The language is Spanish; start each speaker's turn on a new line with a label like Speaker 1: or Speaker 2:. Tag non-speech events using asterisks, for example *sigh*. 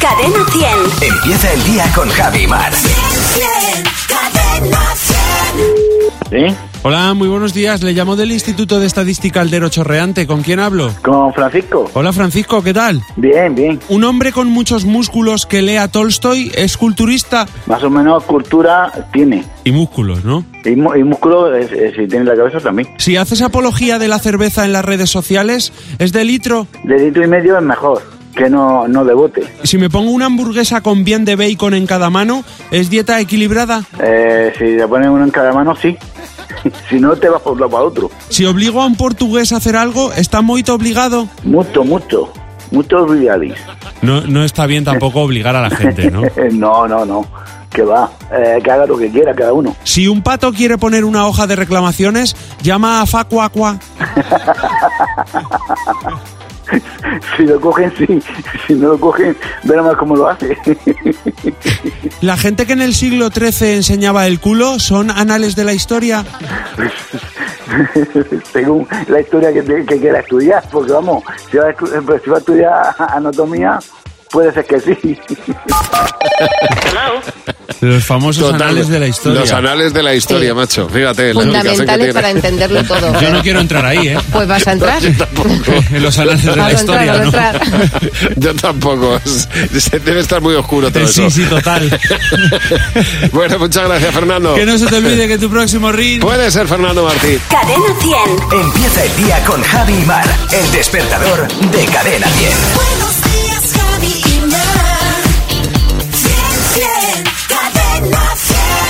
Speaker 1: Cadena 100.
Speaker 2: Empieza el día con Javi Mar.
Speaker 1: Cadena 100.
Speaker 3: ¿Sí?
Speaker 4: Hola, muy buenos días. Le llamo del Instituto de Estadística Aldero Chorreante. ¿Con quién hablo?
Speaker 3: ¿Con Francisco?
Speaker 4: Hola, Francisco, ¿qué tal?
Speaker 3: Bien, bien.
Speaker 4: ¿Un hombre con muchos músculos que lea Tolstoy es culturista?
Speaker 3: Más o menos cultura tiene.
Speaker 4: Y músculos, ¿no?
Speaker 3: Y, mu- y músculo, eh, eh, si tiene en la cabeza también.
Speaker 4: Si haces apología de la cerveza en las redes sociales, ¿es de litro?
Speaker 3: De litro y medio es mejor, que no, no le bote.
Speaker 4: Si me pongo una hamburguesa con bien de bacon en cada mano, ¿es dieta equilibrada?
Speaker 3: Eh, si le pones uno en cada mano, sí. *laughs* si no, te vas por un lado para otro.
Speaker 4: Si obligo a un portugués a hacer algo, ¿está muy obligado?
Speaker 3: Mucho, mucho. Mucho realis.
Speaker 4: No, no está bien tampoco obligar a la gente, ¿no?
Speaker 3: *laughs* no, no, no. Que va. Eh, que haga lo que quiera cada uno. *laughs*
Speaker 4: Si un pato quiere poner una hoja de reclamaciones, llama a Facuacua.
Speaker 3: si lo cogen, sí. Si no lo cogen, verá más cómo lo hace. *laughs*
Speaker 4: La gente que en el siglo XIII enseñaba el culo son anales de la historia.
Speaker 3: *laughs* según la historia que, te- que quiera estudiar, porque vamos, si va, a, estu- pues, si va a estudiar anatomía, puede ser que sí.
Speaker 4: Los famosos
Speaker 5: Total,
Speaker 4: anales de la historia.
Speaker 5: Los anales de la historia,
Speaker 6: Sí.
Speaker 5: macho. Fíjate. la educación que
Speaker 6: fundamentales
Speaker 5: tiene. *laughs*
Speaker 6: para entenderlo todo.
Speaker 4: Yo no quiero entrar ahí, ¿eh?
Speaker 6: Pues vas
Speaker 4: *laughs*
Speaker 6: a entrar.
Speaker 5: Yo tampoco.
Speaker 4: En los anales de la
Speaker 6: Vas a entrar,
Speaker 4: historia,
Speaker 6: vas a
Speaker 4: ¿no?
Speaker 6: entrar.
Speaker 5: Yo tampoco. Se- Debe estar muy oscuro todo
Speaker 4: Sí,
Speaker 5: eso.
Speaker 4: sí, total.
Speaker 5: *laughs* Bueno, muchas gracias, Fernando.
Speaker 4: que no se te olvide que tu próximo ring...
Speaker 5: Puede ser Fernando Martín.
Speaker 1: Cadena 100.
Speaker 2: Empieza el día con Javi Mar. El despertador de cadena 10.
Speaker 1: Buenos días, Javi y Mar. Bien, bien, Cadena